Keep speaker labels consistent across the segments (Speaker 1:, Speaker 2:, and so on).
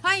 Speaker 1: 欢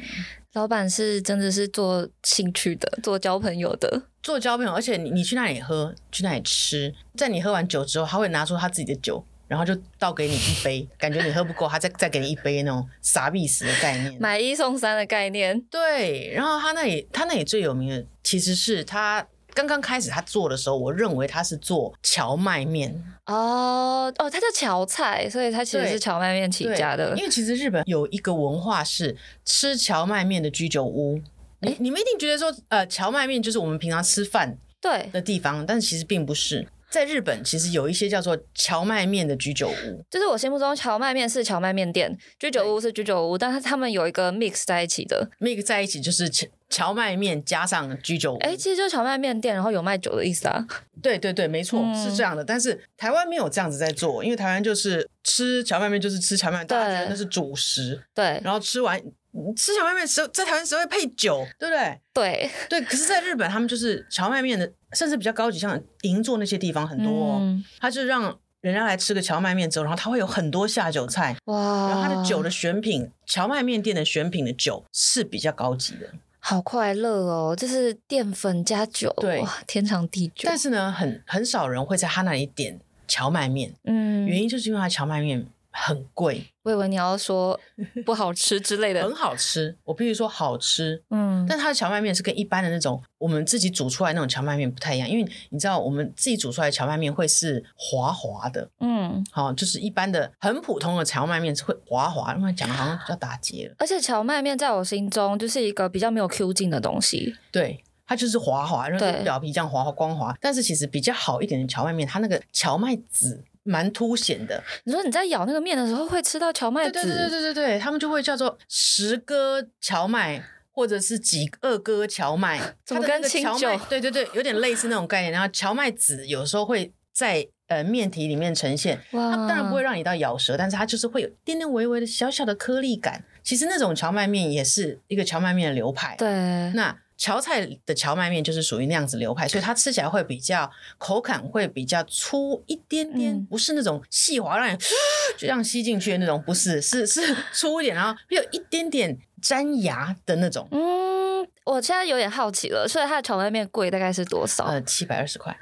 Speaker 2: 老板是真的是做兴趣的，做交朋友的，
Speaker 1: 做交朋友。而且你你去那里喝，去那里吃，在你喝完酒之后，他会拿出他自己的酒，然后就倒给你一杯，感觉你喝不够，他再再给你一杯那种傻逼死的概 念。
Speaker 2: 买一送三的概念。
Speaker 1: 对，然后他那里他那里最有名的其实是他刚刚开始他做的时候，我认为他是做荞麦面，
Speaker 2: 哦哦，它叫荞菜，所以它其实
Speaker 1: 对
Speaker 2: 是荞麦面起
Speaker 1: 对
Speaker 2: 家的
Speaker 1: 因。为其实日本有一个文化是吃荞麦面的居酒屋。你你们一定觉得说，呃，荞麦面就是我们平常吃饭
Speaker 2: 对，
Speaker 1: 的地方，但其实并不是。在日本，其实有一些叫做荞麦面的居酒屋，
Speaker 2: 就是我心目中荞麦面是荞麦面店，居酒屋是居酒屋，但是他们有一个 mix 在一起的。
Speaker 1: mix 在一起就是荞荞麦面加上居酒屋。
Speaker 2: 哎，其实就是荞麦面店，然后有卖酒的意思啊。
Speaker 1: 对对对，没错，
Speaker 2: 嗯
Speaker 1: 是这样的。但是台湾没有这样子在做，因为台湾就是吃荞麦面就是吃荞麦面，大家觉得
Speaker 2: 对
Speaker 1: 那是主食，
Speaker 2: 对
Speaker 1: 然后吃完嗯吃荞麦面时候，在台湾谁会配酒，对不对？
Speaker 2: 对，
Speaker 1: 对，可是，在日本，他们就是荞麦面的，甚至比较高级，像银座那些地方很多、哦，
Speaker 2: 嗯
Speaker 1: 他就让人家来吃个荞麦面之后，然后他会有很多下酒菜，
Speaker 2: 哇，
Speaker 1: 然后他的酒的选品，荞麦面店的选品的酒是比较高级的，
Speaker 2: 好快乐哦，就是淀粉加酒，
Speaker 1: 对
Speaker 2: 哇，天长地久
Speaker 1: 但。是呢，很很少人会在他那里点荞麦面，原
Speaker 2: 嗯，
Speaker 1: 因就是因为他荞麦面很贵，
Speaker 2: 我以为你 要说不好吃之类
Speaker 1: 很
Speaker 2: 的。
Speaker 1: 好吃，我必须说好吃，
Speaker 2: 嗯，
Speaker 1: 但它的荞麦面是跟一般的那种我们自己煮出来那种荞麦面不太一样，因为你知道我们自己煮出来的荞麦面会是滑滑的，
Speaker 2: 嗯，
Speaker 1: 好、就是一般的很普通的荞麦面是会滑滑，因为讲的好像比较打结了，
Speaker 2: 而且荞麦面在我心中就是一个比较没有 Q 劲的东西。
Speaker 1: 对。它就是滑滑，然后
Speaker 2: 对
Speaker 1: 表皮这样滑滑光滑，但是其实比较好一点的荞麦面，它那个荞麦籽蛮凸显的。
Speaker 2: 你说你在咬那个面的时候会吃到荞麦
Speaker 1: 对
Speaker 2: 籽，
Speaker 1: 对对对对对对，他们就会叫做十哥荞麦，或者是几二哥荞麦，
Speaker 2: 怎
Speaker 1: 它的
Speaker 2: 么
Speaker 1: 那
Speaker 2: 跟
Speaker 1: 个
Speaker 2: 清
Speaker 1: 荞麦
Speaker 2: 酒
Speaker 1: 对对对，有点类似那种概念。然后荞麦籽有时候会在呃面体里面呈现，
Speaker 2: 哇
Speaker 1: 它当然不
Speaker 2: 啊
Speaker 1: 会让你到咬舌，但是它就是会有点点微微的小小的颗粒感。其实那种荞麦面也是一个荞麦面的流派。
Speaker 2: 对
Speaker 1: 那荞菜的荞麦面就是属于那样子流派，所以它吃起来会比较口感会比较粗一点点，
Speaker 2: 嗯
Speaker 1: 不是那种细滑让你 就这样吸进去的那种，不是，是是粗一点，然后有一点点粘牙的那种。
Speaker 2: 嗯，我现在有点好奇了，所以它的荞麦面贵大概是多少？
Speaker 1: 呃，七百二十块，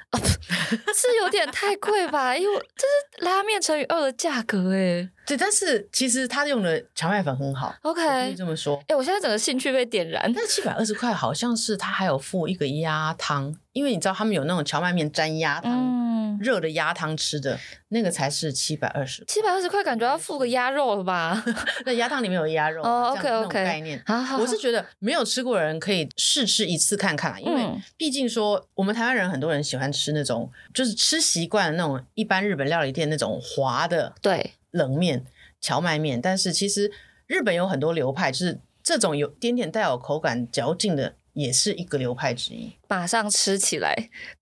Speaker 2: 是有点太贵吧？因为我这是拉面乘以二的价格哎、
Speaker 1: 对，但是其实它用的荞麦粉很好，
Speaker 2: OK，
Speaker 1: 我可以
Speaker 2: 哎、
Speaker 1: 这么说。
Speaker 2: 我现在整个兴趣被点燃。
Speaker 1: 但七百二十块好像是它还有附一个鸭汤，因为你知道他们有那种荞麦面沾鸭汤，
Speaker 2: 嗯，
Speaker 1: 热的鸭汤吃的那个才是七百二十
Speaker 2: 七百二十块感觉要付个鸭肉了吧？
Speaker 1: 那鸭汤里面有鸭肉啊，
Speaker 2: 哦
Speaker 1: 这样
Speaker 2: OK，OK
Speaker 1: 那种概念。
Speaker 2: 好好，嗯
Speaker 1: 我是觉得没有吃过的人可以试吃一次看看啊，因为
Speaker 2: 嗯
Speaker 1: 毕竟说我们台湾人很多人喜欢吃那种就是吃习惯了那种一般日本料理店那种滑的
Speaker 2: 对，
Speaker 1: 冷面、荞麦面，但是其实日本有很多流派，就是这种有点点带有口感嚼劲的，也是一个流派之一。
Speaker 2: 马上吃起来，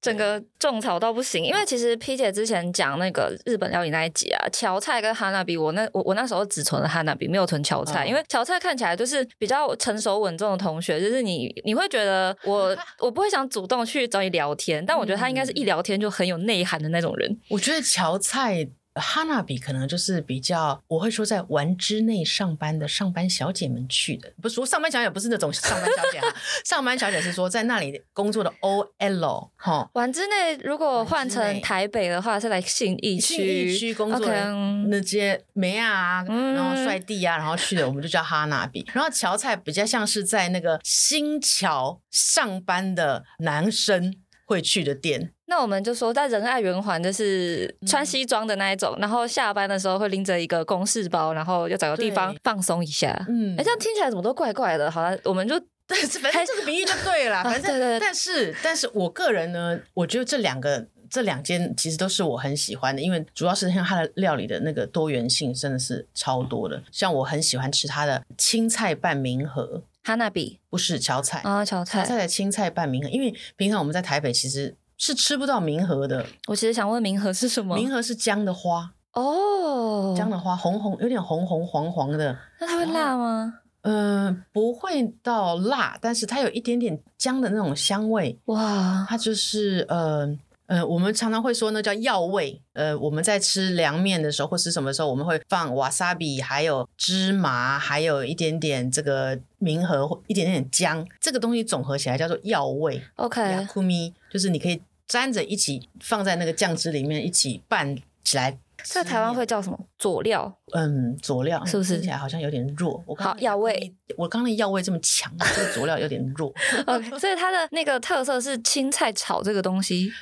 Speaker 2: 整个种草到不行。因为其实 P 姐之前讲那个日本料理那一集啊，乔菜跟哈娜比，我那我我那时候只存了哈娜比，没有存乔菜，
Speaker 1: 嗯
Speaker 2: 因为乔菜看起来就是比较成熟稳重的同学，就是你你会觉得 我我不会想主动去找你聊天，但我觉得他应该是一聊天就很有内涵的那种人。
Speaker 1: 我觉得乔菜哈娜比可能就是比较，我会说在丸之内上班的上班小姐们去的，不是说上班小姐，不是那种上班小姐啊， 上班小姐是说在那里工作的 OL 哈。
Speaker 2: 丸之内如果换
Speaker 1: 丸之
Speaker 2: 成
Speaker 1: 内
Speaker 2: 台北的话，是来信义区，
Speaker 1: 信义区工作
Speaker 2: OK，
Speaker 1: 的
Speaker 2: 嗯
Speaker 1: 那些梅啊，
Speaker 2: 嗯
Speaker 1: 然后帅弟啊，然后去的我们就叫哈娜比。然后乔菜比较像是在那个新桥上班的男生会去的店，
Speaker 2: 那我们就说，在仁爱圆环，就是
Speaker 1: 嗯
Speaker 2: 穿西装的那一种，然后下班的时候会拎着一个公事包，然后又找个地方
Speaker 1: 对
Speaker 2: 放松一下。哎、
Speaker 1: 嗯，
Speaker 2: 这样听起来怎么都怪怪的。好了，我们就
Speaker 1: 但是反正这个比喻就对了，
Speaker 2: 啊
Speaker 1: 反正、
Speaker 2: 对对对
Speaker 1: 但是但是我个人呢，我觉得这两个这两间其实都是我很喜欢的，因为主要是像它的料理的那个多元性真的是超多的。像我很喜欢吃它的青菜拌明和，
Speaker 2: 哈娜比
Speaker 1: 不是荞菜，
Speaker 2: 啊，乔
Speaker 1: 荞、菜
Speaker 2: 菜。
Speaker 1: 的青菜拌明和，因为平常我们在台北其实是吃不到明和的，
Speaker 2: 我其实想问明和是什么？
Speaker 1: 明和是姜的花，
Speaker 2: 哦，
Speaker 1: 姜的花红红有点红红黄黄的，哦
Speaker 2: 那它会辣吗？
Speaker 1: 嗯，不会到辣，但是它有一点点姜的那种香味，
Speaker 2: 哇，
Speaker 1: 它就是呃呃，我们常常会说那叫药味。呃，我们在吃凉面的时候或吃什么的时候，我们会放 wasabi，还有芝麻，还有一点点这个明和，或一点点姜，这个东西总合起来叫做药味。雅
Speaker 2: OK，
Speaker 1: 库咪就是你可以沾着一起放在那个酱汁里面一起拌起来。
Speaker 2: 在台湾会叫什么 佐料？
Speaker 1: 嗯，佐料
Speaker 2: 是不是
Speaker 1: 听起来好像有点弱？我刚
Speaker 2: 好
Speaker 1: 刚那个
Speaker 2: 药味
Speaker 1: 库咪，我刚刚那药味这么强，这个佐料有点弱。
Speaker 2: OK，所以它的那个特色是青菜炒这个东西。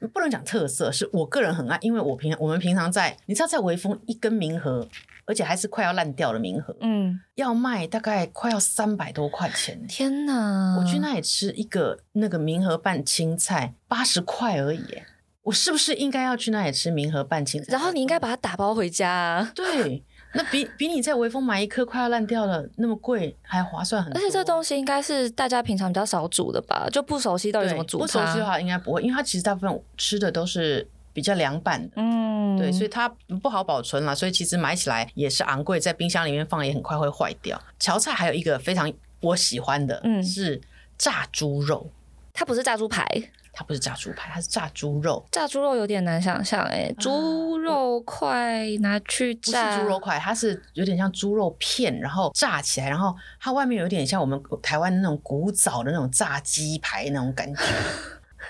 Speaker 1: 不不能讲特色，是我个人很爱，因为我平我们平常在，你知道在微风一根明盒，而且还是快要烂掉的明盒，
Speaker 2: 嗯，
Speaker 1: 要卖大概快要三百多块钱呢、
Speaker 2: 天哪！
Speaker 1: 我去那里吃一个那个明盒拌青菜，八十块而已、欸。我是不是应该要去那里吃明盒拌青菜？
Speaker 2: 然后你应该把它打包回家、啊，
Speaker 1: 对，那比比你在微风买一颗快要烂掉了那么贵，还划算很
Speaker 2: 而
Speaker 1: 多。
Speaker 2: 且这东西应该是大家平常比较少煮的吧，就不熟悉到底
Speaker 1: 对
Speaker 2: 怎么煮它。
Speaker 1: 不熟悉的话应该不会，因为它其实大部分吃的都是比较凉拌的。
Speaker 2: 嗯，
Speaker 1: 对，所以它不好保存啦，所以其实买起来也是昂贵，在冰箱里面放也很快会坏掉。乔菜还有一个非常我喜欢的，
Speaker 2: 嗯
Speaker 1: 是炸猪肉，
Speaker 2: 它不是炸猪排，
Speaker 1: 它不是炸猪排，它是炸猪肉，
Speaker 2: 炸猪肉有点难想象哎、猪肉块拿去
Speaker 1: 啊不是
Speaker 2: 炸，
Speaker 1: 猪肉块，它是有点像猪肉片，然后炸起来，然后它外面有点像我们台湾那种古早的那种炸鸡排那种感觉，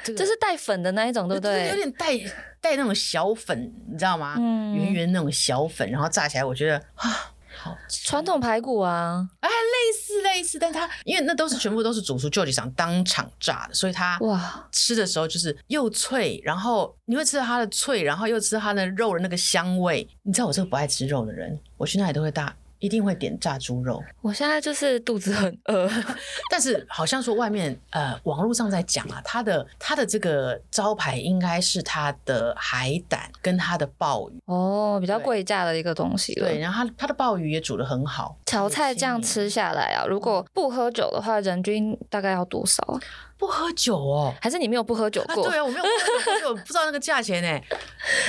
Speaker 1: 这个
Speaker 2: 就是带粉的那一种， 对不
Speaker 1: 就是有
Speaker 2: 对？
Speaker 1: 点带带那种小粉，你知道吗？
Speaker 2: 嗯
Speaker 1: 圆圆那种小粉，然后炸起来，我觉得啊，好吃
Speaker 2: 传统排骨啊，
Speaker 1: 类似类似，但它因为那都是全部都是主厨就地场当场炸的，所以它
Speaker 2: 哇，
Speaker 1: 吃的时候就是又脆，然后你会吃到它的脆，然后又吃到它的肉的那个香味。你知道我这个不爱吃肉的人，我去那里都会大一定会点炸猪肉，
Speaker 2: 我现在就是肚子很饿，
Speaker 1: 但是好像说外面呃网络上在讲啊，它的它的这个招牌应该是它的海胆跟它的鲍鱼。
Speaker 2: 哦，比较
Speaker 1: 对
Speaker 2: 贵价的一个东西了。
Speaker 1: 对，然后它它的鲍鱼也煮的很好，
Speaker 2: 炒菜这样吃下来啊，如果不喝酒的话，人均大概要多少啊？
Speaker 1: 不喝酒哦，
Speaker 2: 还是你没有不喝酒
Speaker 1: 啊，
Speaker 2: 过？
Speaker 1: 对啊，我没有，我没有我不知道那个价钱呢、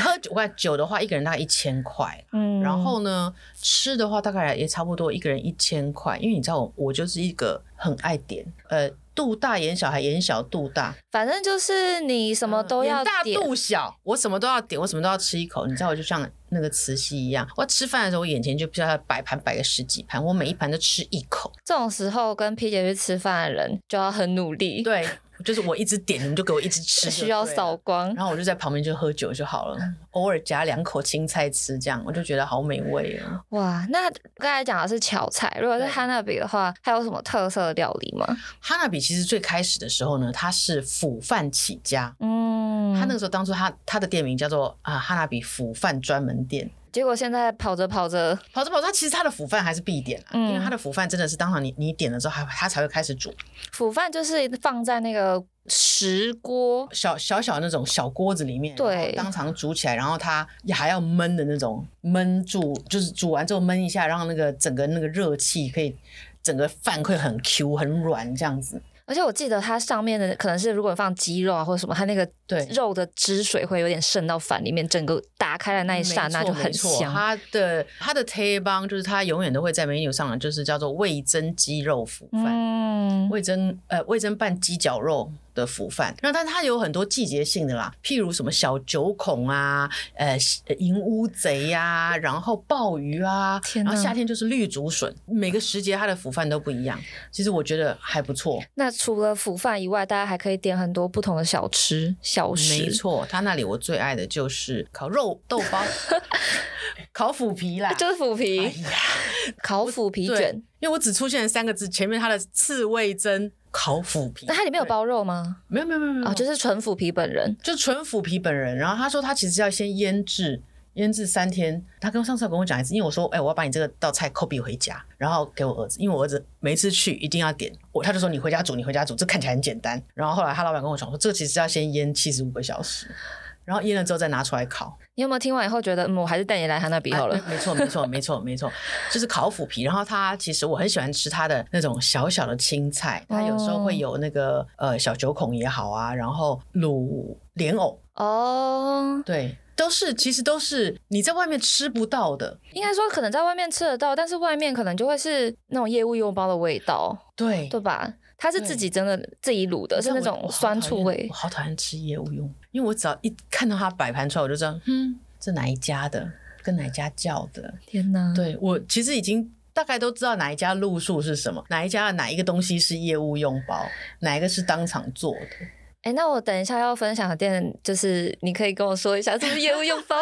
Speaker 1: 喝酒，我看酒的话，一个人大概一千块，
Speaker 2: 嗯
Speaker 1: 然后呢，吃的话大概也差不多，一个人一千块。因为你知道我，我就是一个很爱点，呃，肚大眼小还眼小肚大，
Speaker 2: 反正就是你什么都要
Speaker 1: 眼嗯大
Speaker 2: 点，
Speaker 1: 肚小，我什么都要点，我什么都要吃一口。你知道，我就像那个慈禧一样，我吃饭的时候，我眼前就不知道摆盘摆个十几盘，我每一盘都吃一口。
Speaker 2: 这种时候跟 P 姐去吃饭的人就要很努力，，
Speaker 1: 对，就是我一直点，你们就给我一直吃就对了，
Speaker 2: 需要扫光。
Speaker 1: 然后我就在旁边就喝酒就好了，偶尔夹两口青菜吃，这样我就觉得好美味哦。
Speaker 2: 哇，那刚才讲的是炒菜，如果是
Speaker 1: 对
Speaker 2: 汉娜比的话，还有什么特色的料理吗？
Speaker 1: 哈娜比其实最开始的时候呢，它是腐饭起家，
Speaker 2: 嗯，
Speaker 1: 他那个时候当初他他的店名叫做啊哈娜比腐饭专门店。
Speaker 2: 结果现在跑着跑着，
Speaker 1: 跑着跑着，它其实它的腐饭还是必点啦，啊
Speaker 2: 嗯
Speaker 1: 因为它的腐饭真的是当场你你点了之后，它它才会开始煮
Speaker 2: 腐饭就是放在那个石锅，
Speaker 1: 小小小那种小锅子里面，
Speaker 2: 对
Speaker 1: 然后当场煮起来，然后它也还要焖的那种焖住，就是煮完之后焖一下，让那个整个那个热气可以整个饭会很 Q 很软这样子。
Speaker 2: 而且我记得它上面的可能是如果放鸡肉啊或者什么，它那个
Speaker 1: 对
Speaker 2: 肉的汁水会有点渗到饭里面，整个打开的那
Speaker 1: 嗯
Speaker 2: 一刹那就很香。
Speaker 1: 它的它的 t a b n 就是它永远都会在 menu 上，就是叫做味增鸡肉腐饭。
Speaker 2: 嗯，
Speaker 1: 味增呃，味增拌鸡脚肉的腐饭，那但它有很多季节性的啦，譬如什么小九孔啊，呃，银乌贼呀、啊，然后鲍鱼啊，
Speaker 2: 天
Speaker 1: 然
Speaker 2: 哪
Speaker 1: 后夏天就是绿竹笋，每个时节它的腐饭都不一样。其实我觉得还不错，
Speaker 2: 那除了腐饭以外，大家还可以点很多不同的小吃、小
Speaker 1: 没
Speaker 2: 食。
Speaker 1: 错，它那里我最爱的就是烤肉豆 包、烤腐皮啦，
Speaker 2: 就是腐皮，
Speaker 1: 哎呀。
Speaker 2: 烤腐皮
Speaker 1: 对
Speaker 2: 卷。
Speaker 1: 因为我只出现了三个字，前面它的刺猬针烤腐皮
Speaker 2: 那，它里面有包肉吗？
Speaker 1: 没有没有没有没有，
Speaker 2: 啊、
Speaker 1: 就
Speaker 2: 就是纯腐皮本人。
Speaker 1: 就纯腐皮本人。然后他说他其实要先腌制，腌制三天。他跟上次有跟我讲一次，因为我说哎、我要把你这个道菜 copy 回家，然后给我儿子，因为我儿子每一次去一定要点，我他就说你回家煮，你回家煮，这看起来很简单。然后后来他老板跟我讲说，这个其实要先腌七十五个小时，然后腌了之后再拿出来烤。
Speaker 2: 你有没有听完以后觉得，嗯，我还是带你来他那边好 了？
Speaker 1: 哎没没错，没错，没错，没错，就是烤腐皮。然后它其实我很喜欢吃它的那种小小的青菜，它有时候会有那个呃小九孔也好啊，然后卤莲藕，
Speaker 2: 哦，
Speaker 1: 对，都是其实都是你在外面吃不到的。
Speaker 2: 应该说可能在外面吃得到，但是外面可能就会是那种业务用包的味道，
Speaker 1: 对，
Speaker 2: 对吧？它是自己真的自己卤的，
Speaker 1: 你知
Speaker 2: 是
Speaker 1: 道我
Speaker 2: 那种
Speaker 1: 我好
Speaker 2: 酸
Speaker 1: 讨
Speaker 2: 醋
Speaker 1: 厌
Speaker 2: 味
Speaker 1: 我。好讨厌吃业务用，因为我只要一看到它摆盘出来，我就知道，嗯，这哪一家的，跟哪一家叫的。
Speaker 2: 天哪！
Speaker 1: 对我其实已经大概都知道哪一家路数是什么，哪一家的哪一个东西是业务用包，哪一个是当场做的。
Speaker 2: 哎，那我等一下要分享的店，就是你可以跟我说一下是不是业务用包？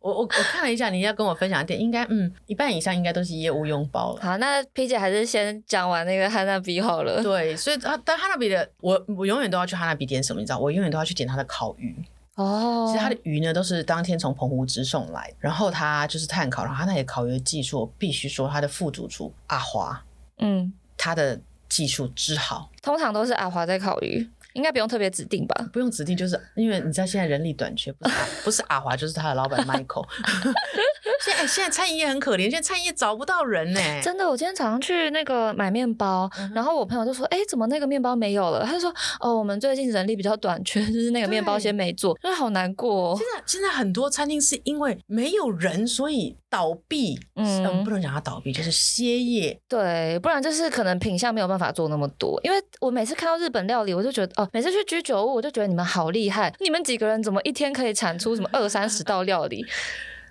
Speaker 1: 我我我看了一下，你要跟我分享的店，应该嗯一半以上应该都是业务用包了。
Speaker 2: 好，那 P 姐还是先讲完那个汉娜比好了。
Speaker 1: 对，所以他但哈纳比的我我永远都要去哈纳比点什么，你知道，我永远都要去点他的烤鱼。
Speaker 2: 哦，
Speaker 1: 其实它的鱼呢都是当天从澎湖直送来，然后它就是碳烤，然后它那里烤鱼的技术，我必须说它的副主厨阿华，
Speaker 2: 嗯，
Speaker 1: 他的技术之好，
Speaker 2: 通常都是阿华在烤鱼，应该不用特别指定吧？
Speaker 1: 不用指定，就是因为你知道现在人力短缺，不是阿不是阿华就是他的老 板 Michael。现在、哎现在餐饮业很可怜，现在餐饮业找不到人呢、
Speaker 2: 真的，我今天早上去那个买面包，
Speaker 1: 嗯
Speaker 2: 然后我朋友就说：“哎、怎么那个面包没有了？”他就说：“哦，我们最近人力比较短缺，就是那个面包
Speaker 1: 对
Speaker 2: 先没做，就是好难过、哦
Speaker 1: 现。在现在很多餐厅是因为没有人，所以倒闭。
Speaker 2: 嗯
Speaker 1: 嗯、不能讲它倒闭，就是歇业。”
Speaker 2: 对，不然就是可能品相没有办法做那么多。因为我每次看到日本料理，我就觉得哦，每次去居酒屋，我就觉得你们好厉害，你们几个人怎么一天可以产出什么二三十道料理？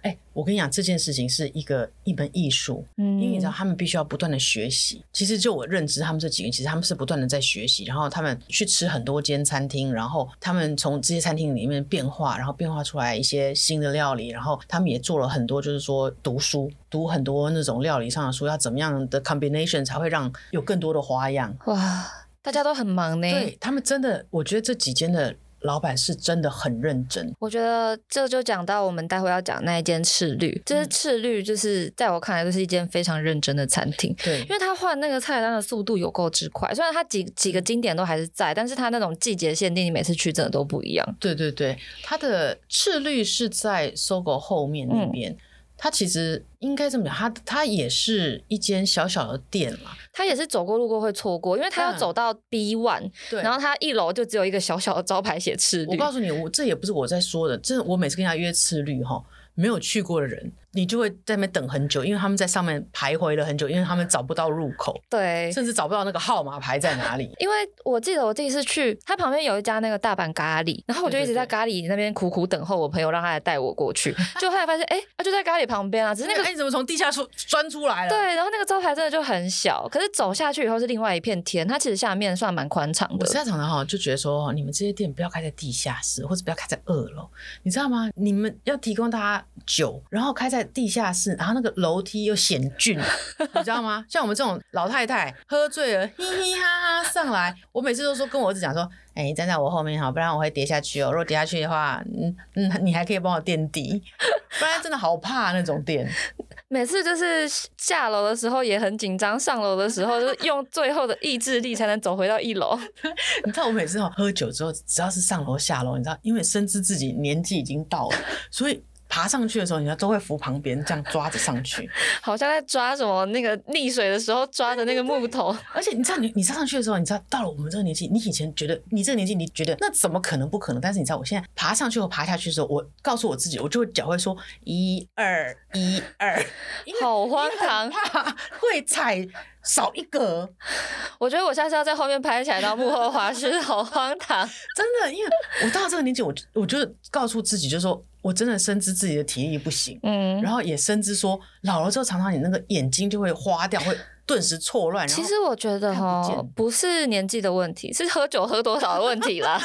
Speaker 1: 哎、我跟你讲，这件事情是一个一门艺术。
Speaker 2: 嗯
Speaker 1: 因为你知道，他们必须要不断的学习。其实就我认知，他们这几个人其实他们是不断的在学习，然后他们去吃很多间餐厅，然后他们从这些餐厅里面变化，然后变化出来一些新的料理，然后他们也做了很多，就是说读书，读很多那种料理上的书，要怎么样的 combination 才会让有更多的花样。
Speaker 2: 哇，大家都很忙呢。
Speaker 1: 对他们真的，我觉得这几间的老板是真的很认真。
Speaker 2: 我觉得这就讲到我们待会要讲那一间赤绿，就是
Speaker 1: 嗯
Speaker 2: 赤绿，就是在我看来就是一间非常认真的餐厅。
Speaker 1: 对
Speaker 2: 因，为他换那个菜单的速度有够之快，虽然他几几个经典都还是在，但是他那种季节限定，你每次去真的都不一样。
Speaker 1: 对对对，它的赤绿是在搜狗后面那
Speaker 2: 嗯
Speaker 1: 边。它其实应该这么讲，它它也是一间小小的店嘛，
Speaker 2: 他也是走过路过会错过，因为他要
Speaker 1: 嗯
Speaker 2: 走到 B one，、
Speaker 1: 对
Speaker 2: 然后他一楼就只有一个小小的招牌写赤
Speaker 1: 我
Speaker 2: 绿。
Speaker 1: 告诉你，我这也不是我在说的，这我每次跟人家约次率哈，没有去过的人，你就会在那边等很久，因为他们在上面徘徊了很久，因为他们找不到入口，
Speaker 2: 对，
Speaker 1: 甚至找不到那个号码牌在哪里。
Speaker 2: 因为我记得我第一次去，它旁边有一家那个大阪咖喱，然后我就
Speaker 1: 对对
Speaker 2: 一直在
Speaker 1: 对
Speaker 2: 咖喱那边苦苦等候我朋友，让他来带我过去。就后来发现，哎、啊就在咖喱旁边啊， 只是那
Speaker 1: 那
Speaker 2: 个
Speaker 1: 个哎，你怎么从地下出钻出来了？
Speaker 2: 对，然后那个招牌真的就很小，可是走下去以后是另外一片天，它其实下面算蛮宽敞
Speaker 1: 我现
Speaker 2: 的。
Speaker 1: 在常常哈就觉得说，你们这些店不要开在地下室，或者不要开在二楼，你知道吗？你们要提供大家酒，然后开在地下室，然后那个楼梯又险峻，你知道吗？ 像我们这种老太太喝醉了，嘻嘻哈哈上来，我每次都说跟我儿子讲说，哎、你站在我后面哈，不然我会跌下去哦。如果跌下去的话，嗯嗯，你还可以帮我垫底， 不然真的好怕那种店。
Speaker 2: 每次就是下楼的时候也很紧张，上楼的时候就是用最后的意志力才能走回到一楼。
Speaker 1: 你知道我每次哦喝酒之后，只要是上楼下楼，你知道，因为深知自己年纪已经到了，所以爬上去的时候，你知道都会扶旁边这样抓着上去。
Speaker 2: 好像在抓什么那个溺水的时候抓的那个木头。
Speaker 1: 而且你知道你，你上上去的时候，你知道到了我们这个年纪，你以前觉得你这个年纪，你觉得那怎么可能不可能？但是你知道，我现在爬上去和爬下去的时候，我告诉我自己，我就会脚会说一二一二，因为
Speaker 2: 好荒唐
Speaker 1: 你很怕会踩少一格。
Speaker 2: 我觉得我下次要在后面拍起来当幕后花絮，好荒唐。
Speaker 1: 真的，因为我到了这个年纪，我就我就告诉自己，就是说我真的深知自己的体力不行，
Speaker 2: 嗯，
Speaker 1: 然后也深知说老了之后，常常你那个眼睛就会花掉，会顿时错乱。然后
Speaker 2: 其实我觉得
Speaker 1: 看不
Speaker 2: 哈
Speaker 1: 见，
Speaker 2: 不是年纪的问题，是喝酒喝多少的问 题啦，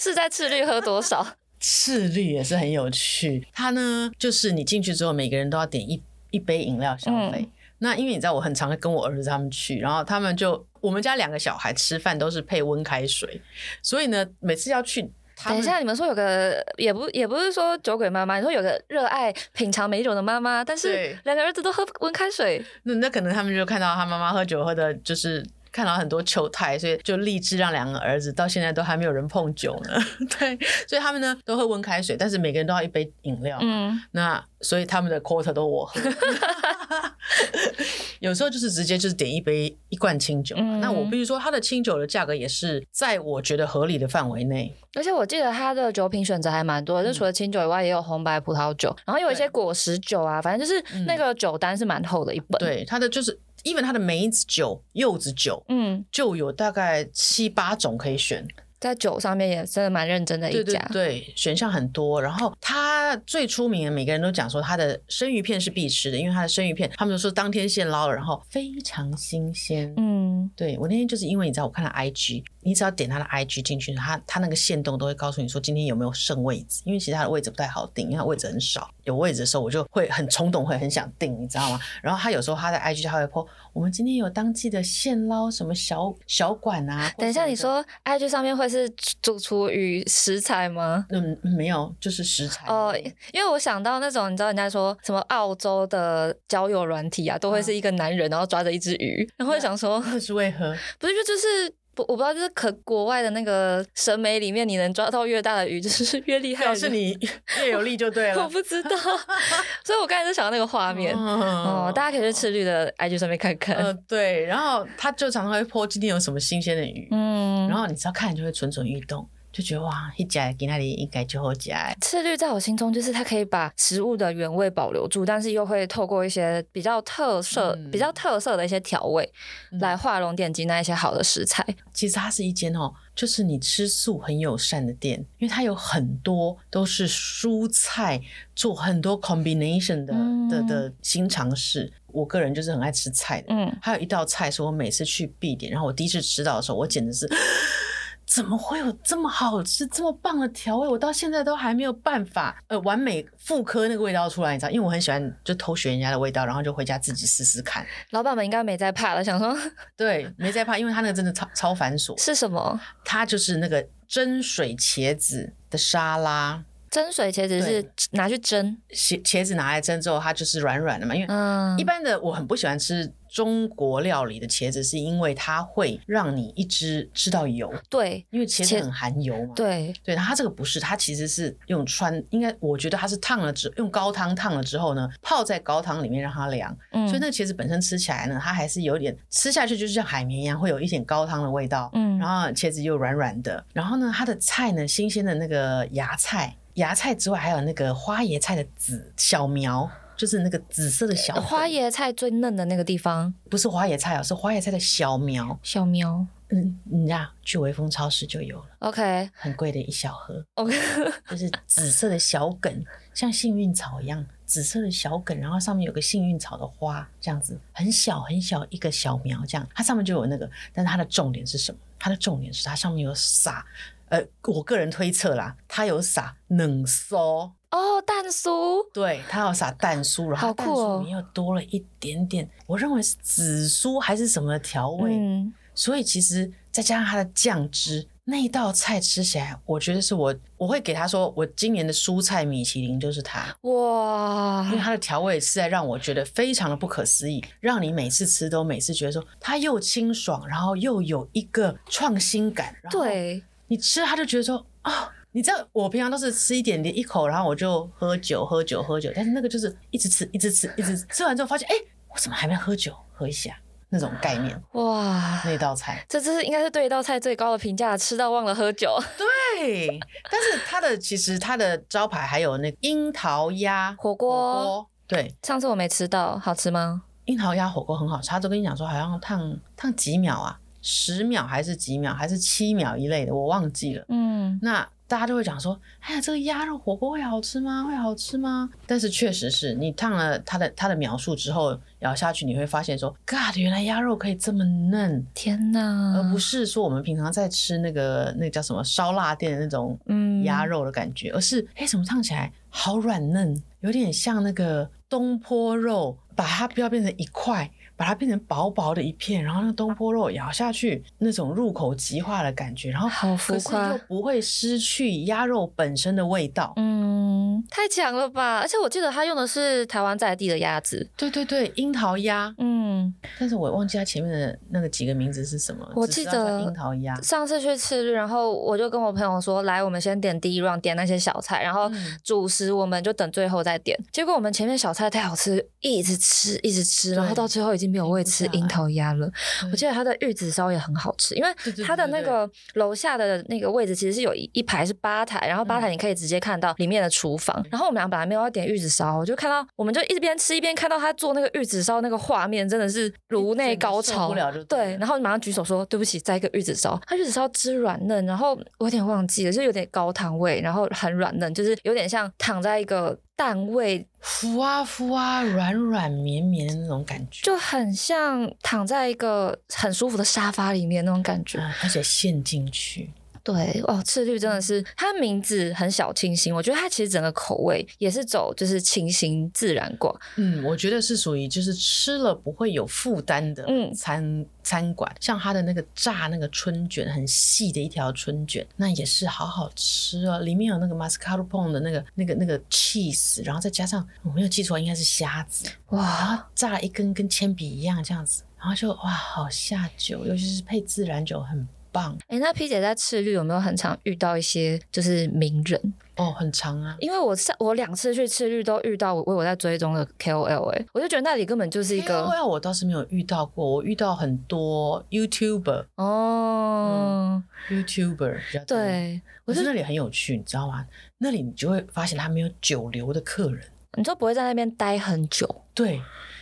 Speaker 2: 是在赤绿喝多少。
Speaker 1: 赤绿也是很有趣，它呢就是你进去之后，每个人都要点一一杯饮料消费。
Speaker 2: 嗯
Speaker 1: 那因为你知道，我很常跟我儿子他们去，然后他们就我们家两个小孩吃饭都是配温开水，所以呢，每次要去。 他
Speaker 2: 等
Speaker 1: 们
Speaker 2: 一下，你们说有个也不也不是说酒鬼妈妈，你说有个热爱品尝美酒的妈妈，但是
Speaker 1: 对
Speaker 2: 两个儿子都喝温开水，
Speaker 1: 那那可能他们就看到他妈妈喝酒喝的，就是看到很多球台，所以就立志让两个儿子到现在都还没有人碰酒呢。 对，所以他们呢都喝温开水，但是每个人都要一杯饮料。
Speaker 2: 嗯，
Speaker 1: 那所以他们的 quarter 都我 喝，有时候就是直接就是点一杯一罐清酒嘛。
Speaker 2: 嗯
Speaker 1: 那我必须说，它的清酒的价格也是在我觉得合理的范围内。
Speaker 2: 而且我记得它的酒品选择还蛮多的，就除了清酒以外，也有红白葡萄酒，然后有一些
Speaker 1: 嗯对嗯
Speaker 2: 果实酒啊，反正就是那个酒单是蛮厚的一本。，
Speaker 1: 对，它的就是，even 它的梅子酒、柚子酒
Speaker 2: 嗯，
Speaker 1: 就有大概七八种可以选。
Speaker 2: 在酒上面也真的蛮认真的一
Speaker 1: 对对
Speaker 2: 家。
Speaker 1: 对，选项很多。然后它最出名的，每个人都讲说它的生鱼片是必吃的，因为它的生鱼片，他们都说当天现捞的，然后非常新鲜。
Speaker 2: 嗯，
Speaker 1: 对我那天就是因为你知道，我看了 IG，你只要点他的 IG 进去，他他那个线动都会告诉你说今天有没有剩位置，因为其实他的位置不太好定，因为他位置很少。有位置的时候，我就会很冲动，会很想定，你知道吗？然后他有时候他的 IG 他会 po，我们今天有当季的现捞什么小小馆啊。
Speaker 2: 等一下，
Speaker 1: 或者
Speaker 2: 你
Speaker 1: 什么
Speaker 2: 说 IG 上面会是主厨与食材吗？
Speaker 1: 的嗯没有，就是食材
Speaker 2: 哦
Speaker 1: 而已，
Speaker 2: 因为我想到那种，你知道人家说什么澳洲的交友软体啊，都会是
Speaker 1: 嗯
Speaker 2: 一个男人，然后抓着一只鱼，然后会想说，
Speaker 1: 这是为何？
Speaker 2: 不是就就是不，我不知道，就是可国外的那个审美里面，你能抓到越大的鱼，就是越厉害
Speaker 1: 表
Speaker 2: 的人。
Speaker 1: 示你越有力就对
Speaker 2: 我
Speaker 1: 了。
Speaker 2: 不知道， 所以我刚才就想到那个画面。哦
Speaker 1: 哦，
Speaker 2: 大家可以去赤绿的 IG 上面看看。
Speaker 1: 呃对，然后他就常常会 po 今天有什么新鲜的鱼，
Speaker 2: 嗯，
Speaker 1: 然后你只要看你就会蠢蠢欲动，就觉得哇，一家给那里应该就好家。
Speaker 2: 赤绿在我心中就是它可以把食物的原味保留住，但是又会透过一些比较特色、
Speaker 1: 嗯
Speaker 2: 比较特色的一些调味、
Speaker 1: 嗯
Speaker 2: 来画龙点睛那一些好的食材。
Speaker 1: 其实它是一间哦，就是你吃素很友善的店，因为它有很多都是蔬菜做很多 combination 的、
Speaker 2: 嗯
Speaker 1: 的的新尝试。我个人就是很爱吃菜的，
Speaker 2: 嗯，
Speaker 1: 还有一道菜是我每次去必点，然后我第一次吃到的时候，我简直是。怎么会有这么好吃、这么棒的调味？我到现在都还没有办法，呃，完美复刻那个味道出来，你知道？因为我很喜欢就偷学人家的味道，然后就回家自己试试看。
Speaker 2: 老板们应该没在怕了，想说
Speaker 1: 对，没在怕，因为它那个真的超超繁琐，
Speaker 2: 是什么
Speaker 1: 它就是那个蒸水茄子的沙拉，
Speaker 2: 蒸水茄子是拿去蒸，
Speaker 1: 茄茄子拿来蒸之后，它就是软软的嘛，因为
Speaker 2: 嗯，
Speaker 1: 一般的我很不喜欢吃中国料理的茄子，是因为它会让你一直吃到油，
Speaker 2: 对
Speaker 1: 因为茄子
Speaker 2: 茄
Speaker 1: 很含油嘛。
Speaker 2: 对，
Speaker 1: 对，它这个不是，它其实是用穿，应该我觉得它是烫了之，用高汤烫了之后呢，泡在高汤里面让它凉，
Speaker 2: 嗯，
Speaker 1: 所以那个茄子本身吃起来呢，它还是有点吃下去就是像海绵一样，会有一点高汤的味道。
Speaker 2: 嗯
Speaker 1: 然后茄子又软软的，然后呢，它的菜呢，新鲜的那个芽菜，芽菜之外还有那个花椰菜的籽小苗，就是那个紫色的小粉
Speaker 2: 呃花，椰菜最嫩的那个地方，
Speaker 1: 不是花椰菜哦，是花椰菜的小苗。
Speaker 2: 小苗。
Speaker 1: 嗯，你呀，去微风超市就有了，
Speaker 2: OK
Speaker 1: 很贵的一小盒，
Speaker 2: OK，
Speaker 1: 就是紫色的小梗，像幸运草一样，紫色的小梗，然后上面有个幸运草的花，这样子很小很小一个小苗，这样它上面就有那个，但是它的重点是什么？它的重点是它上面有撒，呃，我个人推测啦，它有撒冷酥，
Speaker 2: 哦，蛋酥，
Speaker 1: 对，它有撒蛋酥，然后
Speaker 2: 好
Speaker 1: 蛋
Speaker 2: 酷哦
Speaker 1: 酥里面又多了一点点，我认为是紫苏还是什么的调味，
Speaker 2: 嗯，
Speaker 1: 所以其实再加上它的酱汁，那一道菜吃起来，我觉得是我我会给他说，我今年的蔬菜米其林就是它，
Speaker 2: 哇
Speaker 1: 因为，它的调味是在让我觉得非常的不可思议，让你每次吃都每次觉得说它又清爽，然后又有一个创新感，然后
Speaker 2: 对，
Speaker 1: 你吃它就觉得说啊。你知道我平常都是吃一点点一口，然后我就喝酒喝酒喝酒，但是那个就是一直吃一直吃一直吃，吃完之后发现哎、我怎么还没喝酒？喝一下那种概念，
Speaker 2: 哇，
Speaker 1: 那道菜。
Speaker 2: 这这是应该是对一道菜最高的评价，吃到忘了喝酒。
Speaker 1: 对，但是它的其实它的招牌还有那个樱桃鸭
Speaker 2: 火锅
Speaker 1: 对，
Speaker 2: 上次我没吃到，好吃吗？
Speaker 1: 樱桃鸭火锅很好吃，他都跟你讲说好像烫烫几秒啊，十秒还是几秒还是七秒一类的，我忘记了。
Speaker 2: 嗯，
Speaker 1: 那大家都会讲说，哎呀，这个鸭肉火锅会好吃吗？会好吃吗？但是确实是你烫了它的它的描述之后咬下去，你会发现说，God，原来鸭肉可以这么嫩，
Speaker 2: 天哪，
Speaker 1: 而不是说我们平常在吃那个那个叫什么烧腊店的那种
Speaker 2: 嗯
Speaker 1: 鸭肉的感觉，而是哎、诶怎么烫起来好软嫩，有点像那个东坡肉，把它不要变成一块，把它变成薄薄的一片，然后那个东坡肉咬下去那种入口即化的感觉，然后
Speaker 2: 好浮
Speaker 1: 可是
Speaker 2: 夸
Speaker 1: 又不会失去鸭肉本身的味道。
Speaker 2: 嗯，太强了吧！而且我记得他用的是台湾在地的鸭子，
Speaker 1: 对对对，樱桃鸭。
Speaker 2: 嗯，嗯，
Speaker 1: 但是我忘记它前面的那个几个名字是什么，
Speaker 2: 我
Speaker 1: 只知
Speaker 2: 记
Speaker 1: 道
Speaker 2: 得
Speaker 1: 像樱桃鸭，
Speaker 2: 上次去赤日，然后我就跟我朋友说，来，我们先点第一 round，点那些小菜，然后
Speaker 1: 嗯
Speaker 2: 主食我们就等最后再点。结果我们前面小菜太好吃，一直吃，一直吃，然后到最后已经没有位吃
Speaker 1: 停不下来
Speaker 2: 樱桃鸭了。
Speaker 1: 对
Speaker 2: 我记得它的玉子烧也很好吃，因为
Speaker 1: 对对对
Speaker 2: 它的
Speaker 1: 对
Speaker 2: 那
Speaker 1: 对
Speaker 2: 个楼下的那个位置其实是有一一排是吧台，
Speaker 1: 嗯
Speaker 2: 然后吧台你可以直接看到里面的厨房。然后我们俩本来没有要点玉子烧，我就看到我们就一边吃一边看到他做那个玉子烧那个画面，真的是颅内
Speaker 1: 整个
Speaker 2: 高
Speaker 1: 受
Speaker 2: 潮。
Speaker 1: 不了就对了
Speaker 2: 对，然后马上举手说对不起，再一个玉子烧。它玉子烧汁软嫩，然后我有点忘记了，就是有点高糖味，然后很软嫩，就是有点像躺在一个蛋味，
Speaker 1: 浮啊浮啊，软软绵绵的那种感觉，
Speaker 2: 就很像躺在一个很舒服的沙发里面那种感觉。
Speaker 1: 啊而且陷进去，
Speaker 2: 对哦，赤绿真的是它的名字很小清新，我觉得它其实整个口味也是走就是清新自然挂，
Speaker 1: 嗯，我觉得是属于就是吃了不会有负担的
Speaker 2: 嗯
Speaker 1: 餐、餐馆，像它的那个炸那个春卷，很细的一条春卷，那也是好好吃哦。里面有那个 mascarpone 的那个那个那个 cheese，然后再加上我没有记错，应该是虾子，然
Speaker 2: 哇，
Speaker 1: 后炸了一根跟铅笔一样这样子，然后就哇，好下酒，尤其是配自然酒，很棒
Speaker 2: 哎、那 P 姐在赤绿有没有很常遇到一些就是名人？
Speaker 1: 哦，很长啊。
Speaker 2: 因为我上我两次去赤绿都遇到我我有在追踪的 KOL，哎、我就觉得那里根本就是一个
Speaker 1: KOL 我倒是没有遇到过，我遇到很多 YouTuber，YouTuber 嗯
Speaker 2: 哦，
Speaker 1: 比较多。
Speaker 2: 对，
Speaker 1: 可是那里很有趣，你知道吗？那里你就会发现他没有久留的客人，
Speaker 2: 你就不会在那边待很久。
Speaker 1: 对，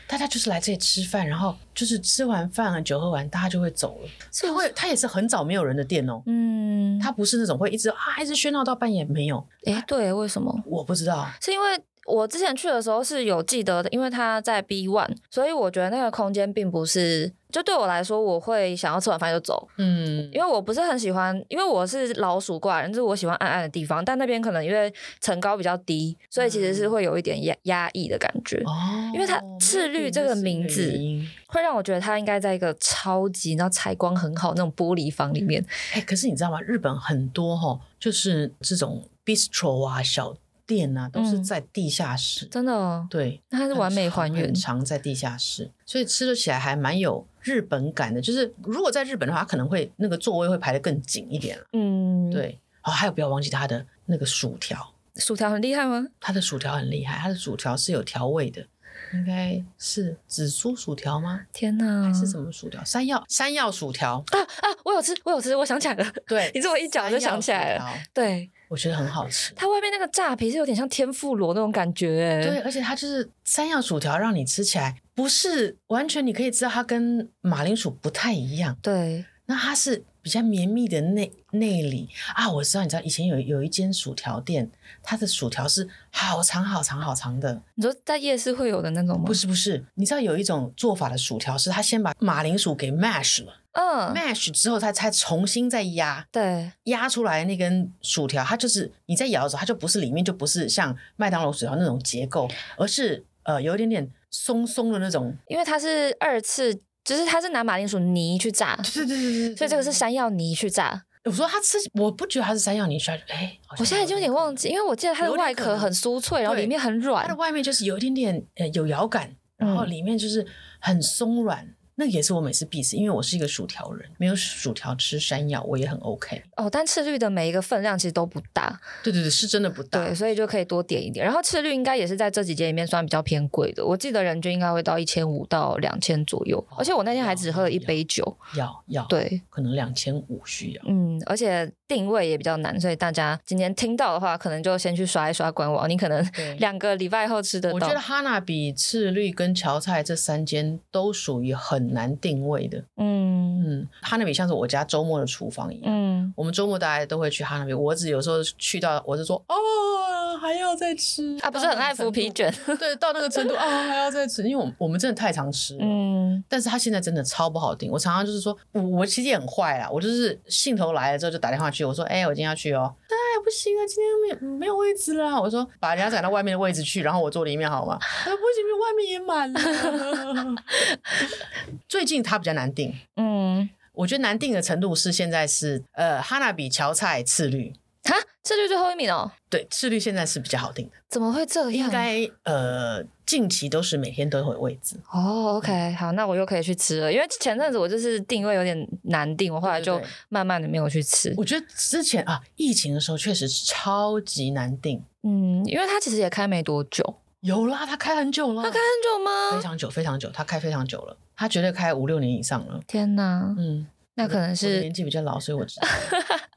Speaker 1: 大家就是来这里吃饭，然后就是吃完饭啊，酒喝完，大家就会走了。
Speaker 2: 是
Speaker 1: 他
Speaker 2: 不
Speaker 1: 会，
Speaker 2: 是？
Speaker 1: 他也是很早没有人的店哦，
Speaker 2: 嗯，
Speaker 1: 他不是那种会一直啊一直喧闹到半夜没有，
Speaker 2: 哎、对，为什么？
Speaker 1: 我不知道。
Speaker 2: 是因为我之前去的时候是有记得的，因为它在 B One，所以我觉得那个空间并不是，就对我来说，我会想要吃完饭就走，
Speaker 1: 嗯，
Speaker 2: 因为我不是很喜欢，因为我是老鼠挂人，就是我喜欢暗暗的地方，但那边可能因为层高比较低，所以其
Speaker 1: 嗯
Speaker 2: 实是会有一点压压抑的感觉，
Speaker 1: 哦，
Speaker 2: 因为它赤绿这个名字
Speaker 1: 这是原因
Speaker 2: 会让我觉得它应该在一个超级然后采光很好那种玻璃房里面，
Speaker 1: 哎、可是你知道吗？日本很多哈、就是这种 bistro 啊、小店啊，都是
Speaker 2: 嗯
Speaker 1: 在地下室。
Speaker 2: 真的哦，
Speaker 1: 对，
Speaker 2: 那它是完美还原
Speaker 1: 很，常在地下室，所以吃得起来还蛮有日本感的。就是如果在日本的话，它可能会那个座位会排得更紧一点了。啊
Speaker 2: 嗯，，
Speaker 1: 对，哦，还有不要忘记它的那个薯条，
Speaker 2: 薯条很厉害吗？
Speaker 1: 它的薯条很厉害，它的薯条是有调味的，应该是紫苏薯条吗？
Speaker 2: 天哪，
Speaker 1: 还是什么薯条？山药山药薯条，
Speaker 2: 啊啊！我有吃，我有吃，我想起来了。
Speaker 1: 对
Speaker 2: 你这么一讲，我就想起来了。
Speaker 1: 山药薯条，
Speaker 2: 对，
Speaker 1: 我觉得很好吃。
Speaker 2: 它外面那个炸皮是有点像天妇罗那种感觉。欸
Speaker 1: 对，，而且它就是山药薯条，让你吃起来不是完全，你可以知道它跟马铃薯不太一样。
Speaker 2: 对，
Speaker 1: 那它是比较绵密的内内里啊，我知道，你知道以前有有一间薯条店，它的薯条是好长好长好长的，
Speaker 2: 你说在夜市会有的那种吗？
Speaker 1: 不，是不是，你知道有一种做法的薯条是，它先把马铃薯给 mash 了、
Speaker 2: 嗯
Speaker 1: m，a s h 之后，它才重新再压。
Speaker 2: 对，
Speaker 1: 压出来那根薯条，它就是你在咬的时候，它就不是里面就不是像麦当劳薯条那种结构，而是呃有一点点松松的那种。
Speaker 2: 因为它是二次，就是它是拿马铃薯泥去炸，
Speaker 1: 对对对对
Speaker 2: 所以这个是山药泥去炸。
Speaker 1: 我说它吃，我不觉得它是山药泥刷，哎，好像
Speaker 2: 我现在已经有点忘记，因为我记得它的
Speaker 1: 有点
Speaker 2: 外
Speaker 1: 可
Speaker 2: 壳
Speaker 1: 能
Speaker 2: 很酥脆，然后
Speaker 1: 对
Speaker 2: 里面很
Speaker 1: 它的
Speaker 2: 软。
Speaker 1: 外面就是有一点点呃有咬感，
Speaker 2: 嗯
Speaker 1: 然后里面就是很松软。那也是我每次必吃，因为我是一个薯条人，没有薯条吃山药我也很 OK。
Speaker 2: 哦，但赤绿的每一个分量其实都不大，
Speaker 1: 对对对，是真的不大。
Speaker 2: 对，所以就可以多点一点。然后赤绿应该也是在这几间里面算比较偏贵的，我记得人均应该会到一千五到两千左右。而且哦我那天还只喝了一杯酒，
Speaker 1: 要要，
Speaker 2: 对，
Speaker 1: 可能两千五需要。
Speaker 2: 嗯，而且定位也比较难，所以大家今天听到的话，可能就先去刷一刷官网，你可能
Speaker 1: 对
Speaker 2: 两个礼拜后吃得
Speaker 1: 我
Speaker 2: 到
Speaker 1: 觉得。哈娜比、赤绿跟乔菜这三间都属于很难定位的。
Speaker 2: 嗯
Speaker 1: 嗯，哈娜比像是我家周末的厨房一样。
Speaker 2: 嗯，
Speaker 1: 我们周末大家都会去哈娜比，我儿子有时候去到，我就说哦，还要再吃
Speaker 2: 啊，不是很爱浮皮， 卷，
Speaker 1: 对，到那个程度啊、还要再吃，因为我们我们真的太常吃了。
Speaker 2: 嗯，
Speaker 1: 但是他现在真的超不好定，我常常就是说，我我其实也很坏啦，我就是兴头来了之后就打电话去，我说，哎、我今天要去哦，哎，不行啊，今天没有没有位置啦，我说把人家赶到外面的位置去，然后我坐里面好吗？他说不行，外面也满了。 最近他比较难定，
Speaker 2: 嗯，
Speaker 1: 我觉得难定的程度是现在是呃，哈娜比、乔菜、赤绿，
Speaker 2: 哈，这就最后一名哦，
Speaker 1: 对，赤绿现在是比较好定的，
Speaker 2: 怎么会这样？
Speaker 1: 应该呃近期都是每天都会位置，
Speaker 2: 哦，OK，好，
Speaker 1: 嗯
Speaker 2: 那我又可以去吃了，因为前阵子我就是定位有点难定，我后来就
Speaker 1: 对对对
Speaker 2: 慢慢的没有去吃。
Speaker 1: 我觉得之前啊疫情的时候确实超级难定，
Speaker 2: 嗯，因为它其实也开没多久，
Speaker 1: 有啦，他开很久了，
Speaker 2: 它开很
Speaker 1: 非
Speaker 2: 久吗？
Speaker 1: 常久非常久，他开非常久了，他绝对开五六年以上了，
Speaker 2: 天哪，
Speaker 1: 嗯，
Speaker 2: 那可能
Speaker 1: 我的
Speaker 2: 是
Speaker 1: 年纪比较老，所以我知道，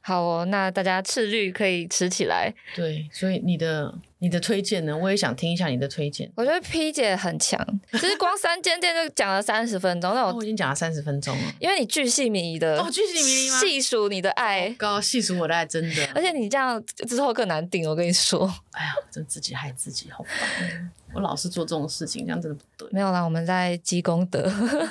Speaker 2: 好哦。那大家赤绿可以吃起来。
Speaker 1: 对，所以你的你的推荐呢，我也想听一下你的推荐。
Speaker 2: 我觉得 P 姐很强，其实光三间店就讲了三十分钟，那
Speaker 1: 哦
Speaker 2: 我
Speaker 1: 我已经讲了三十分钟了，
Speaker 2: 因为你巨细靡遗的，
Speaker 1: 哦巨细靡遗吗哦
Speaker 2: 细数你的爱，
Speaker 1: 高细数我的爱真的，
Speaker 2: 哎而且你这样之后更难顶。我跟你说，
Speaker 1: 哎呀，真自己害自己，好烦！哦我老是做这种事情，这样真的不对。
Speaker 2: 没有啦，我们在积功德。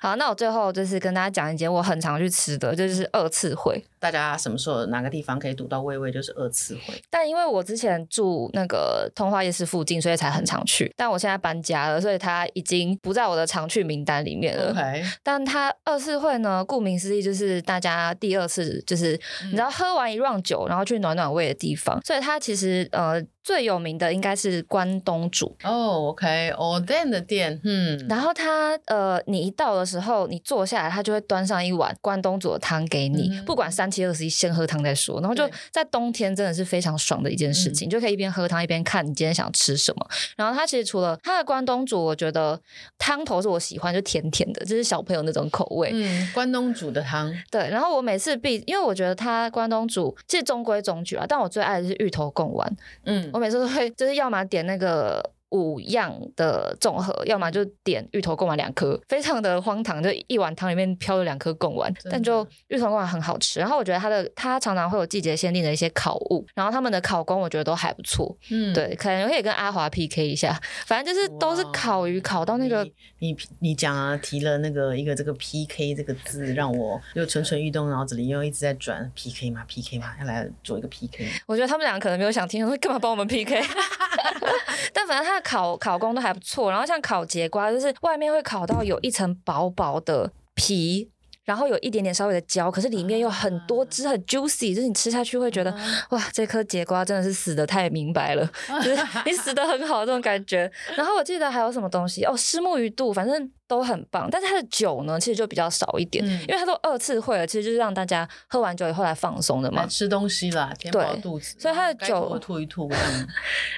Speaker 2: 好，那我最后就是跟大家讲一间我很常去吃的，就是二次会。
Speaker 1: 大家什么时候哪个地方可以堵到微微，就是二次会。
Speaker 2: 但因为我之前住那个通化夜市附近，所以才很常去。但我现在搬家了，所以它已经不在我的常去名单里面了。
Speaker 1: OK，
Speaker 2: 但它二次会呢，顾名思义就是大家第二次，就是你知道喝完一 round 酒，然后去暖暖胃的地方。所以它其实呃最有名的应该是关东煮。
Speaker 1: 哦，OK，o d e n 的店，嗯，
Speaker 2: 然后它呃，你一到的时候，你坐下来，它就会端上一碗关东煮的汤给你，
Speaker 1: 嗯哼
Speaker 2: 不管三七二十一，先喝汤再说。然后就
Speaker 1: 对嗯
Speaker 2: 在冬天真的是非常爽的一件事情，就可以一边喝汤一边看你今天想吃什么。然后它其实除了它的关东煮，我觉得汤头是我喜欢，就甜甜的，就是小朋友那种口味。
Speaker 1: 嗯，关东煮的汤，
Speaker 2: 对，然后我每次必，因为我觉得它关东煮其实中规中矩啊，但我最爱的是芋头贡丸，
Speaker 1: 嗯
Speaker 2: 我每次都会就是要么点那个五样的综合，要么就点芋头贡丸两颗，非常的荒唐，就一碗汤里面飘了两颗贡丸，
Speaker 1: 的
Speaker 2: 但就芋头贡丸很好吃。然后我觉得它的它常常会有季节限定的一些烤物，然后他们的烤工我觉得都还不错，
Speaker 1: 嗯，
Speaker 2: 对，可能可以跟阿华 PK 一下，反正就是都是
Speaker 1: 哇
Speaker 2: 烤鱼烤到那个
Speaker 1: 你你你讲啊，提了那个一个这个 PK 这个字，让我又蠢蠢欲动，脑子里又一直在转 PK 嘛 PK 嘛，要来做一个 PK。
Speaker 2: 我觉得他们两个可能没有想听，想说干嘛帮我们 PK？但反正它的烤烤工都还不错，然后像烤节瓜，就是外面会烤到有一层薄薄的皮，然后有一点点稍微的焦，可是里面有很多汁，很 juicy，就是你吃下去会
Speaker 1: 嗯
Speaker 2: 觉得哇，这颗节瓜真的是死的太明白了，就是你死的很好这种感觉。然后我记得还有什么东西哦，虱目鱼肚，反正都很棒。但是它的酒呢，其实就比较少一点，
Speaker 1: 嗯
Speaker 2: 因为它都二次会了，其实就是让大家喝完酒以后来放松的嘛
Speaker 1: 来。吃东西啦，填饱肚子，
Speaker 2: 所以它的
Speaker 1: 该吐
Speaker 2: 酒
Speaker 1: 的吐一吐，这样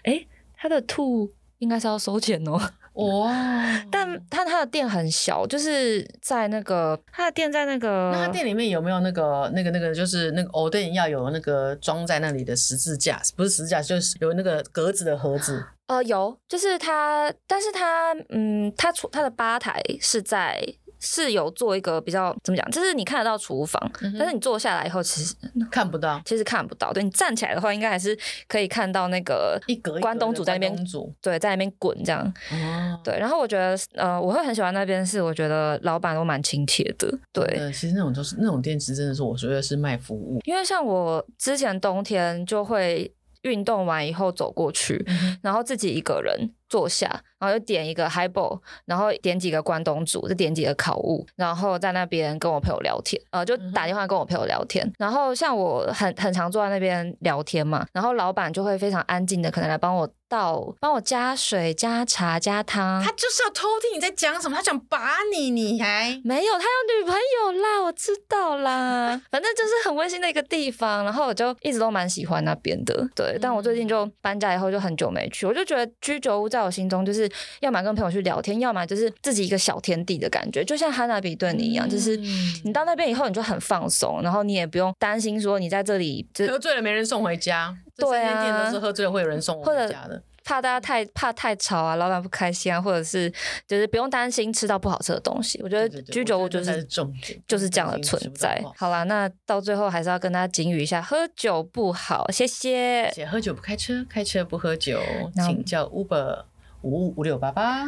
Speaker 2: 诶，他的兔应该是要收钱哦，
Speaker 1: 哇！
Speaker 2: 但他他的店很小，就是在那个他的店在那个
Speaker 1: 那他店里面有没有那个那个那个，就是那个藕店要有那个装在那里的十字架，不是十字架，就是有那个格子的盒子。
Speaker 2: 呃有，就是他，但是他嗯，他厨他的吧台是在。是有做一个比较怎么讲，就是你看得到厨房，但是你坐下来以后，其实
Speaker 1: 看不到
Speaker 2: 其实看不到。对你站起来的话，应该还是可以看到那个
Speaker 1: 一格一格的
Speaker 2: 关东煮在那边
Speaker 1: 关东煮
Speaker 2: 对在那边滚这样。
Speaker 1: 哦，
Speaker 2: 对，然后我觉得呃，我会很喜欢那边，是我觉得老板都蛮亲切的。对，
Speaker 1: 呃，其实那种就是那种店，其实真的是我觉得是卖服务。
Speaker 2: 因为像我之前冬天就会运动完以后走过去，然后自己一个人坐下，然后就点一个 highball，然后点几个关东煮，再点几个烤物，然后在那边跟我朋友聊天，呃，就
Speaker 1: 嗯哼
Speaker 2: 打电话跟我朋友聊天。然后像我很很常坐在那边聊天嘛，然后老板就会非常安静的，可能来帮我倒，帮我加水、加茶、加汤。
Speaker 1: 他就是要偷听你在讲什么，他想把你，你还
Speaker 2: 没有，他有女朋友啦，我知 道啦。反正就是很温馨的一个地方，然后我就一直都蛮喜欢那边的。
Speaker 1: 嗯
Speaker 2: 对，但我最近就搬家以后就很久没去，我就觉得居酒屋在我心中就是要么跟朋友去聊天，要么就是自己一个小天地的感觉，就像汉娜比顿尼
Speaker 1: 嗯
Speaker 2: 一样，就是你到那边以后你就很放松，然后你也不用担心说你在这里就
Speaker 1: 喝醉了没人送回家。这
Speaker 2: 对啊
Speaker 1: 三间店都是喝醉了会有人送我
Speaker 2: 或
Speaker 1: 回
Speaker 2: 者
Speaker 1: 家的。
Speaker 2: 怕大家太怕太吵啊，老板不开心啊，或者是就是不用担心吃到不好吃的东西。我觉得
Speaker 1: 对对对
Speaker 2: 居酒屋
Speaker 1: 我觉得
Speaker 2: 就
Speaker 1: 那才
Speaker 2: 是
Speaker 1: 是重点
Speaker 2: 就是这样的存在
Speaker 1: 嗯不担心吃不到不好。吃哦
Speaker 2: 好啦，那到最后还是要跟大家警语一下，喝酒不好，谢谢。
Speaker 1: 姐喝酒不开车，开车不喝酒，
Speaker 2: 那我
Speaker 1: 请叫 Uber 五五六八 八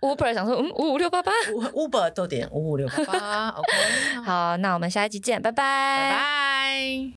Speaker 2: Uber 想说，嗯，五五六八八。
Speaker 1: ，Uber 豆点五五六八八，OK，
Speaker 2: 哎好，那我们下一集见，拜拜
Speaker 1: 拜拜。